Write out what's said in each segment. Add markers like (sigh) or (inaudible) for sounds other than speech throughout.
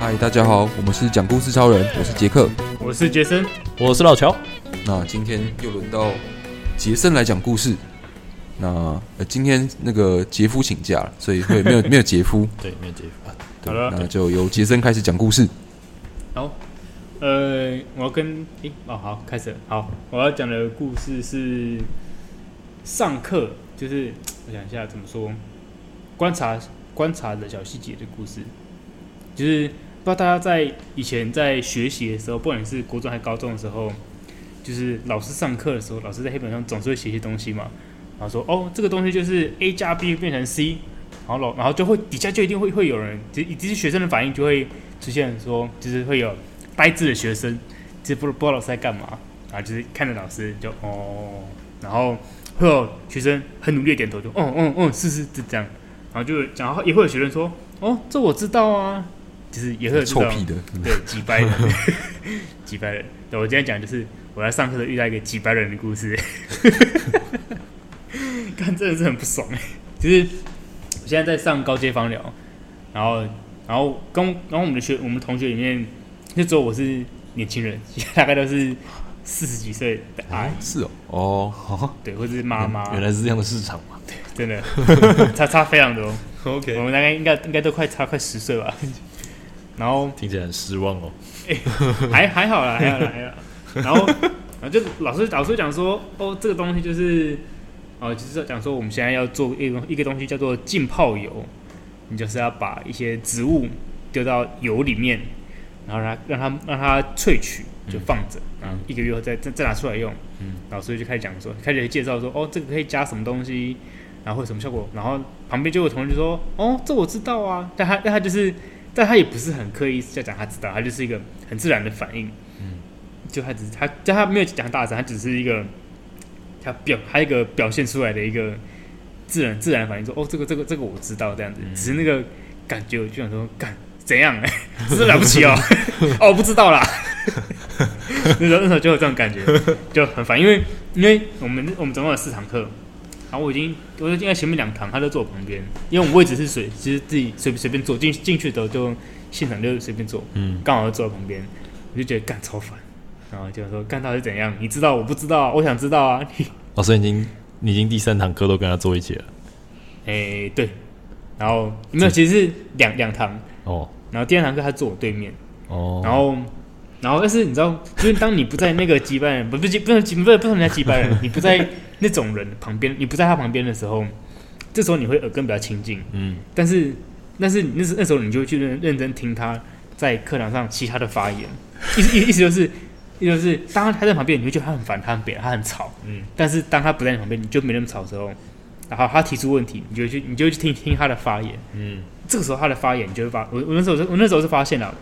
嗨，大家好，我们是讲故事超人，我是杰克。我是杰森，我是老乔，那今天又轮到杰森来讲故事。那、呃、今天那个杰夫请假了，所以会没有没有杰夫。对，没有结束。对，好的那就由杰森开始讲故事。好，呃，我要跟诶、哦好，开始了好，我要讲的故事是上课，就是我想一下怎么说，观察观察的小细节的故事，就是不知道大家在以前在学习的时候，不管是国中还高中的时候，就是老师上课的时候，老师在黑板上总是会写一些东西嘛，然后说哦这个东西就是 A 加 B 变成 C，然后老然后就会底下就一定会会有人，其实其实学生的反应就会。出现说，就是会有呆滞的学生，就是不不知道老师在干嘛，啊，就是看着老师就哦，然后会有学生很努力的点头就，哦哦哦，是是是这样，然后就然后也会有学生说，哦，这我知道啊，就是也会有这臭种屁的，对，几百人， (laughs) 几百人。对我今天讲就是我在上课的时候遇到一个几百人的故事， (laughs) 看真的是很不爽哎。就是我现在在上高阶芳疗，然后然后跟然后我们的学我们同学里面，就只有我是年轻人，其他大概都是四十几岁的阿姨，是哦，哦，对，或者是妈妈， (laughs) 原来是这样的市场嘛。真的 (laughs) 差差非常多。我 OK，们大概应该应该都快差快十岁吧。然后听起来很失望哦。还还好啦，还好啦，还好啦。然后，然后就老师老师讲说，哦，这个东西就是，哦，就是讲说我们现在要做一个一个东西叫做浸泡油，你就是要把一些植物丢到油里面，然后让它让它让它萃取，就放着，然后一个月后再再再拿出来用。嗯，老师就开始讲说，开始介绍说，哦，这个可以加什么东西，然后会有什么效果。然后旁边就有同学就说，哦，这我知道啊，但他但他就是，但他也不是很刻意在讲他知道，他就是一个很自然的反应。嗯，就他只是他，但他没有讲大声，他只是一个他表他一个表现出来的一个自然自然反应说，哦，这个这个这个我知道这样子，嗯只是那个感觉我就想说，干怎样、欸，这是了不起哦，哦，不知道啦。那时候那时候就有这种感觉，就很烦，因为因为我们我们总共有四堂课，然后我已经我就应该前面两堂他就坐我旁边，因为我们位置是随其实自己随随便坐进进去的时候就现场就随便坐，嗯，刚好就坐在旁边，我就觉得干超烦，然后就说干到底是怎样？你知道我不知道啊，我想知道啊。 (laughs) 你老哦师已经你已经第三堂课都跟他坐一起了。哎、对，然后没有，其实是两两堂，哦然后第二堂课他坐我对面，哦，然后，然后但是你知道，就是当你不在那个击败人，不不不能不不能叫击败人，你不在那种人旁边，你不在他旁边的时候，这时候你会耳根比较亲近，嗯但是但是你那时那时候你就会去认认真听他在课堂上其他的发言，意思意意思就是。意思就是，当他在旁边，你会觉得他很烦，他很扁，他很吵。嗯，但是当他不在你旁边，你就没那么吵的时候，然后他提出问题，你就会去，你就会去听听他的发言。嗯这个时候他的发言，你就会发我我那时候是我那时候是发现了，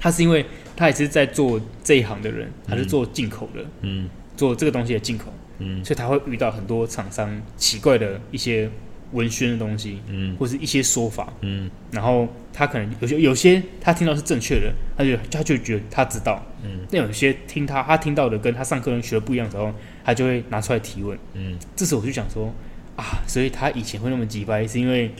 他是因为他也是在做这一行的人，他是做进口的，嗯做这个东西的进口，嗯所以他会遇到很多厂商奇怪的一些文宣的东西，嗯或是一些说法，嗯然后他可能有些有些他听到是正确的，他就他就觉得他知道，嗯，但有些听他他听到的跟他上课人学的不一样的时候，他就会拿出来提问。嗯，这时候我就想说啊，所以他以前会那么急掰，是因为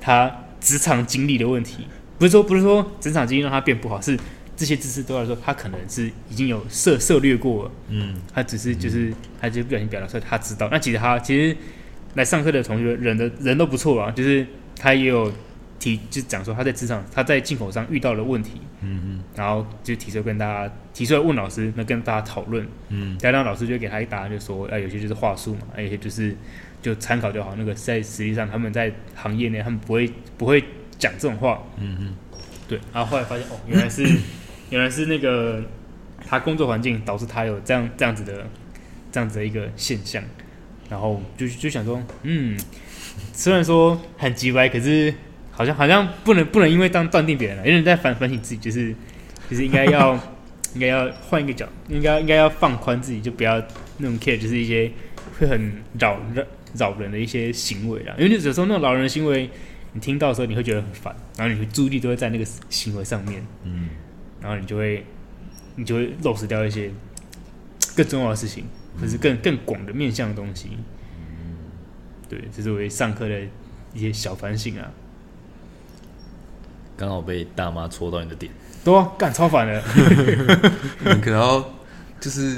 他职场经历的问题，不是说不是说职场经历让他变不好，是这些知识对他来说，他可能是已经有涉涉略过了，嗯他只是就是他就不小心表达出来，他知道。那其实他其实来上课的同学人的人都不错啊，就是他也有提就讲说他在职场他在进口上遇到了问题，嗯然后就提出来跟大家提出来问老师，那跟大家讨论。嗯家长老师就给他一答案，就说，啊，有些就是话术嘛，啊，有些就是就参考就好。那个在实际上他们在行业内，他们不会不会讲这种话。嗯对，然后后来发现，哦，原来是原来是那个他工作环境导致他有这样这样子的这样子的一个现象，然后就就想说，嗯，虽然说很急歪，可是好像好像不能不能因为当断定别人了，有点在反反省自己，就是就是应该要应该要换一个角，应该应该要放宽自己，就不要那种 care，就是一些会很扰扰扰人的一些行为啦。因为有时候那种扰人的行为，你听到的时候你会觉得很烦，然后你的注意力都会在那个行为上面，嗯然后你就会你就会漏失掉一些更重要的事情，嗯或是更更广的面向的东西。对，这是我上课的一些小反省啊。刚好被大妈戳到你的点，对啊，干超烦的。你可能要就是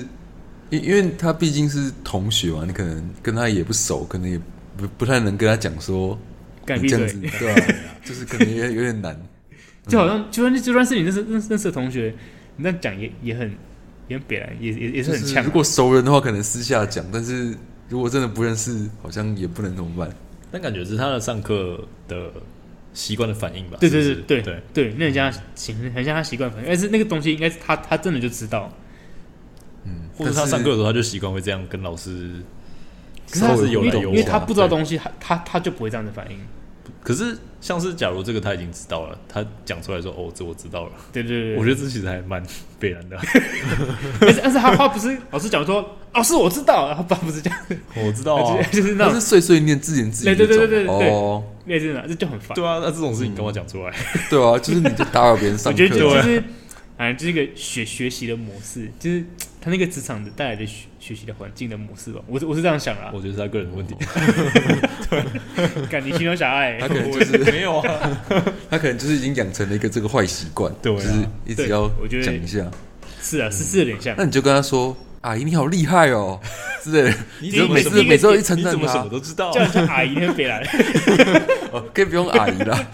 因因为他毕竟是同学嘛，你可能跟他也不熟，可能也不不太能跟他讲说干你闭这样子嘴！嗯对吧、就是可能有 (laughs) 点有点难。就好像就算就算是你认识认识认识的同学，你这样讲也也很也很北然，也也也是就很是呛啊。如果熟人的话，可能私下讲，但是如果真的不认识，好像也不能怎么办。但感觉是他的上课的习惯的反应吧？对是对不是对对，对，那人家行，很像他习惯，反正但是那个东西应该是他他真的就知道，嗯，或者但他是上课的时候他就习惯会这样跟老师可是他稍微有来啊因为有因为他往。不知道东西，他他他就不会这样的反应。可是像是假如这个他已经知道了，他讲出来说哦，这我知道了，对对对，我觉得这其实还蛮悲然的。 (laughs) 但是但是他他不是老师讲说，老师我知道，然后他不是这样，我知道啊，就是就是那他是种碎碎念自言自语对那对种，对对对对哦，类似的，这就很烦。对啊，那这种事情干嘛讲出来？嗯对啊，就是你就打扰别人我上课，觉得就对就啊是，反正就是一个学学习的模式，就是他那个职场的带来的学学习的环境的模式吧。我是我是这样想啦。我觉得是他个人的问题。感你心胸狭隘他，可能就是没有啊， (laughs) 他可能就是已经养成了一个这个坏习惯，对就啊是一直对要我觉得讲一下。是啊，是是有点像。那你就跟他说：“阿姨，你好厉害哦，之类的。你你怎就么每什次 (laughs) 么你每次都一称你赞怎么什他么，都知道叫？人家阿姨，那别来。哦可以不用阿姨啦。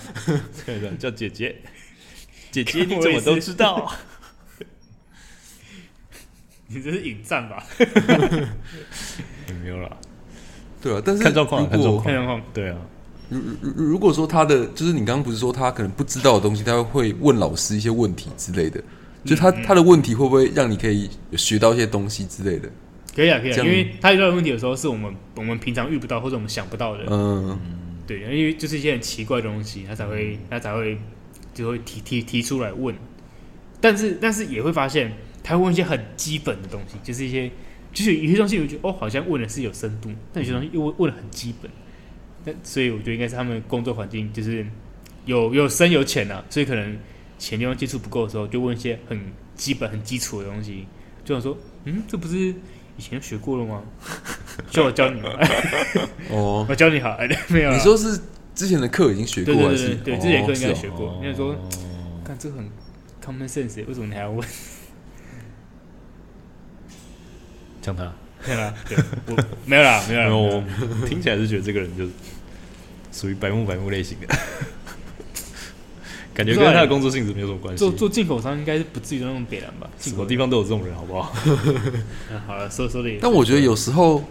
对的，叫 (laughs) 姐姐，姐姐 (laughs) 看你我怎也么都是知道？你这是引战吧？ (laughs) 没有啦，对啊，但是看状况啊如看状果况看状况，对啊，如如如如果说他的就是你刚刚不是说他可能不知道的东西，他会问老师一些问题之类的，就他嗯他的问题会不会让你可以学到一些东西之类的？可以啊，可以啊，这样因为他遇到的问题有时候是我们我们平常遇不到或者我们想不到的，嗯，对，因为就是一些很奇怪的东西，他才会他才会就会提提提出来问，但是但是也会发现他会问一些很基本的东西，就是一些就是有些东西我觉得哦好像问的是有深度，但有些东西又问问的很基本，那所以我觉得应该是他们工作环境就是有有深有浅啊，所以可能浅地方接触不够的时候，就问一些很基本很基础的东西，就想说嗯这不是以前学过了吗？叫我教你吗？ (laughs) 哦，我教你好，哎没有啦。你说是之前的课已经学对过，对还对是对对，哦之前课应是该哦学过。哦应该说，看这个很 common sense，耶为什么你还要问？ (laughs) 像他，对啦，对，我没有啦，没有啦，然后没有我啦听起来是觉得这个人就是属于白目白目类 (laughs) 型的，感觉跟他的工作性质没有什么关系做。做进口商应该是不至于那种北蓝吧？什进么口地方都有这种人，好不好？嗯好了，说说的也是。但我觉得有时候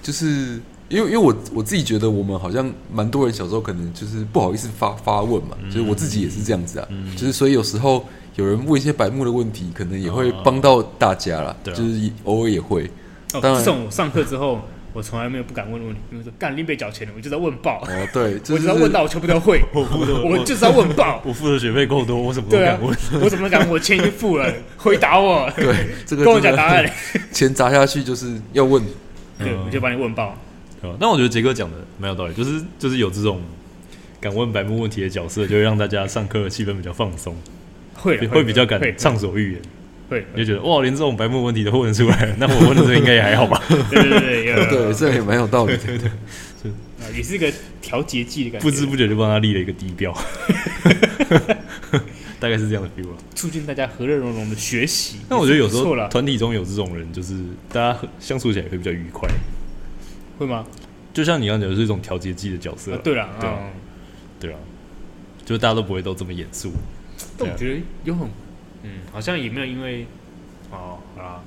就是因为因为我我自己觉得我们好像蛮多人小时候可能就是不好意思发发问嗯嘛，就是我自己也是这样子啊，就是所以有时候有人问一些白目的问题，可能也会帮到大家啦，对啊就是也偶尔也会。哦，当然自从我上课之后，我从来没有不敢问的问题，比如说干林北缴钱了，我就是要问爆，哦，对，就我就是要问到我全部都会，我付 (laughs) 的我就是要问爆。 (laughs) 我付的学费够多，我什么都对啊敢问。，我怎么敢？我钱已经付了，回答我， (laughs) 对这个跟我真讲的答案， (laughs) 钱砸下去就是要问， (laughs) 对，我就把你问爆。对吧？但我觉得杰哥讲的蛮有道理，就是就是有这种敢问白目问题的角色，就会让大家上课的气氛比较放松，会啦会比较敢会畅所欲言。会，你就觉得哇，连这种白目问题都问得出来 (laughs) 了，那我问的这应该也还好吧？对对对，有有有对，这也蛮有道理的。啊，也是一个调节剂的感觉，不知不觉就帮他立了一个低标， (laughs) 大概是这样的 feel 啊。促进大家和乐融融的学习。但我觉得有时也是不错候啦，团体中有这种人，就是大家相处起来会比较愉快。会吗？就像你刚讲的，是一种调节剂的角色啊啊，，对了，对啊啊，对啊，就大家都不会都这么严肃。但啊我觉得有很，嗯，好像也没有因为哦啊，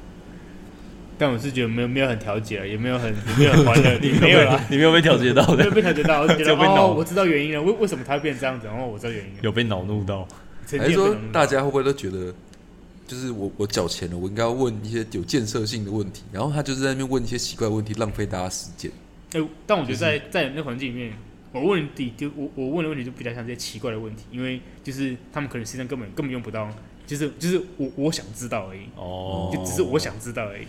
但我是觉得没有没有很调节了，也没有很也没有很欢乐，也 (laughs) (laughs) 没有啦， (laughs) 你没有被调节到没的 (laughs) 有，被调节到，我就觉只得有被恼哦，我知道原因了，为为什么他会变这样子，然后我知道原因了。有被恼怒到。曾还经是说有被这种大家会不会都觉得，就是我我缴钱了，我应该要问一些有建设性的问题，然后他就是在那边问一些奇怪的问题，浪费大家时间。哎、但我觉得在在那环境里面，我问的题就我我问的问题就比较像这些奇怪的问题，因为就是他们可能实际上根本根本用不到，就是就是我我想知道而已，哦，就只是我，想知道而已。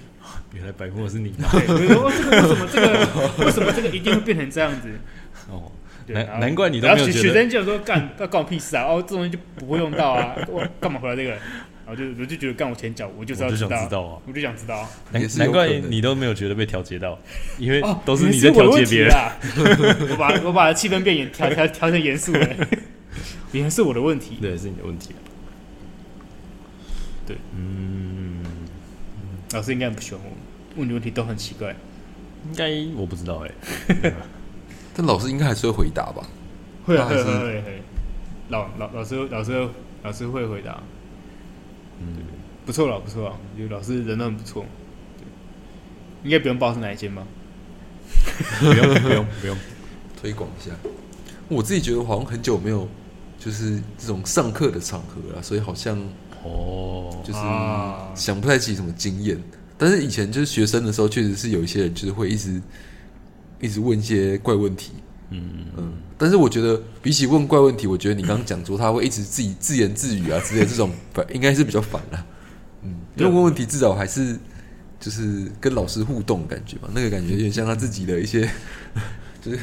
原来白目的是你吗？对，我就说哦哇，这个为什么这个为什么这个一定会变成这样子？ (laughs) 哦，对难然后难怪你都然后没有学觉学得生就说干要关我屁事啊！哦，这种东西就不会用到啊，我干嘛回来这个？然后就我就觉得干我前脚，我就是我要就想道，知道啊。我就想知道，难也是有难可能怪你都没有觉得被调节到，因为哦，哎都是你你在调节别人。人。我把我把气氛变严，调调调成严肃了， (laughs) 原来是我的问题。对，是你的问题、啊。对，嗯，老师应该很不喜欢我，问你问题都很奇怪。应该我不知道哎、但老师应该还是会回答吧？会啊那还会是啊会啊会啊会啊，老老老师老师老师会回答，嗯，不错了不错了，我觉得老师人都很不错。对，应该不用报是哪一间吧？不用不用不用，推广一下。我自己觉得好像很久没有就是这种上课的场合了，所以好像哦，就是啊想不太起什么经验。但是以前就是学生的时候，确实是有一些人就是会一直一直问一些怪问题，嗯，嗯。但是我觉得比起问怪问题，我觉得你刚刚讲说他会一直自己自言自语啊之类的这种，反应该是比较烦了。嗯，因为问问题至少还是就是跟老师互动的感觉嘛，那个感觉有点像他自己的一些就是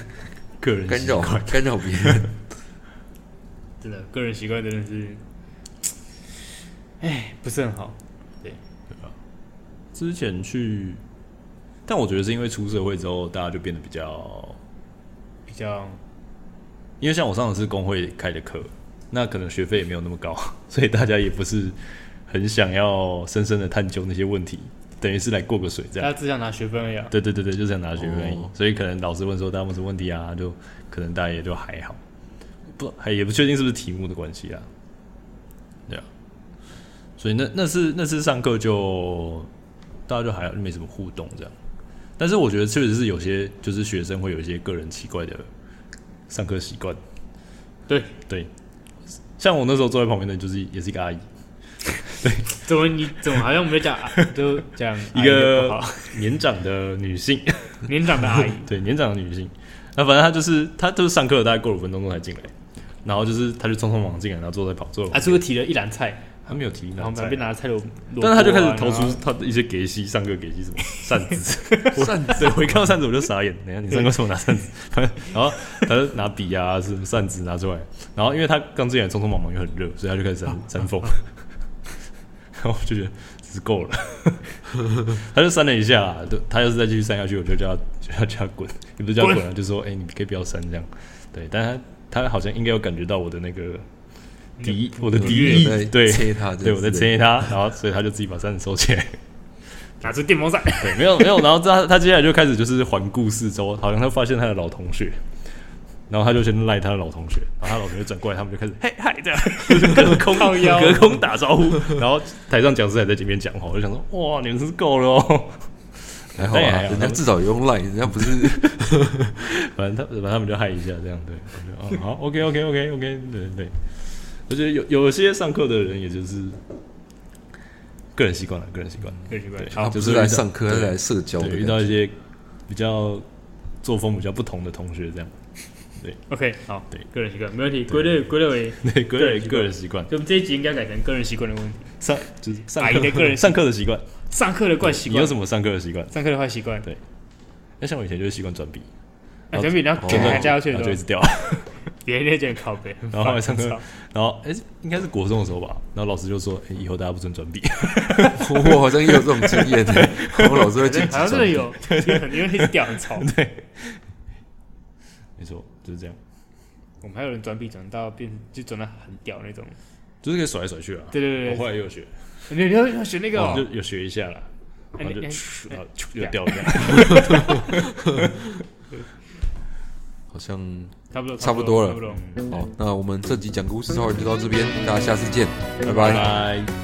个人干嗯习扰惯干扰别人。真的，个人习惯真的是，哎，不是很好。之前去，但我觉得是因为出社会之后，大家就变得比较，比较因为像我上的是工会开的课，那可能学费也没有那么高，所以大家也不是很想要深深的探究那些问题，等于是来过个水这大样。家只想拿学分而已、啊，对对对对，就想拿学分而已哦所以可能老师问说大家问什么问题啊，就可能大家也就还好，不还也不确定是不是题目的关系啊，对啊，所以那那次那次上课就大家就还好就没什么互动这样，但是我觉得确实是有些就是学生会有一些个人奇怪的上课习惯，对，对，像我那时候坐在旁边的就是也是一个阿姨，怎么你怎么好像我们在讲啊，就讲 (laughs) 一哎也不个好年长的女性，年长的阿姨， (laughs) 对，年长的女性。那反正她就是她就是上课大概过了五分钟钟才进来，然后就是她就匆匆忙忙进来，然后坐在跑坐在还跑，啊是会提了一篮菜，她没有提然哪后个菜旁边拿着菜的，但是她就开始萝卜投啊出她的一些给息，上课给息什么扇 (laughs) 子，扇对我一看到扇子我就傻眼， (laughs) 等一下你上课为什么拿扇子？反正然后她就拿笔啊，什么扇子拿出来，然后因为她刚进来匆匆忙忙又很热，所以她就开始扇扇 (laughs) 风，然后我就觉得只是够了， (laughs) 她就扇了一下，就她要是再继续扇下去，我就叫她就要叫她滚，也不是叫她滚啊，就说哎、你可以不要扇这样，对，但她她好像应该有感觉到我的那个敌意，我的敌有人意，在对切她这样对，我在之类切她，然后所以她就自己把扇子收起来。 (laughs) 拿出电风扇，对，没有没有，然后他他接下来就开始就是环顾四周，好像他发现他的老同学，然后他就先赖他的老同学，然后他老同学转过来，他们就开始 (laughs) 嘿嗨这样，就是隔 (laughs) 空靠腰隔空打 (laughs) 招呼，然后台上讲师还在这边讲话，我就想说哇，你们是够了哦， (laughs) 还好啦啊哎还好人家至少有用 line，人家不是反正他反正他们就嗨一下这样，对，我就哦好，OK OK OK OK，对对对，我觉得有有些上课的人也就是个人习惯了，个人习惯，可以奇怪对，好不啊就是是来遇到上课，他对是来社交的对，遇感到觉。一些比较作风比较不同的同学这 (laughs) 样。 ，OK，好，对个人习惯没问题，归类归类为，对，个人人习惯个人习惯，就我们这一集应该改成个人习惯的问题，上就是上阿姨的个人习上课的习惯，上课的怪习你有惯，什么上课的习惯？上课的坏习惯，对那像我以前就是习惯转笔，啊，小米你要给转哦人家要去然后就一的时直候，掉， (laughs) 别人在讲靠背，很然后烦上课很吵然后哎，应该是国中的时候吧，然后老师就说，哎以后大家不准转笔， (laughs) 我好像也有这种经验，我们老师会禁止好像真转的笔。有，因为 (laughs) 很因为一直掉很吵，没错，就是这样，我们还有人转笔转到变就转到很屌那种，就是可以甩来甩去啊。对对对我后对，来也有学，你你要要学那个就哦，有学一下啦，哎然后就你哎咻哎然后咻就掉了这样。好像差不多差不多了嗯差不多。好，那我们这集讲故事超人就到这边，大家下次见，拜拜拜。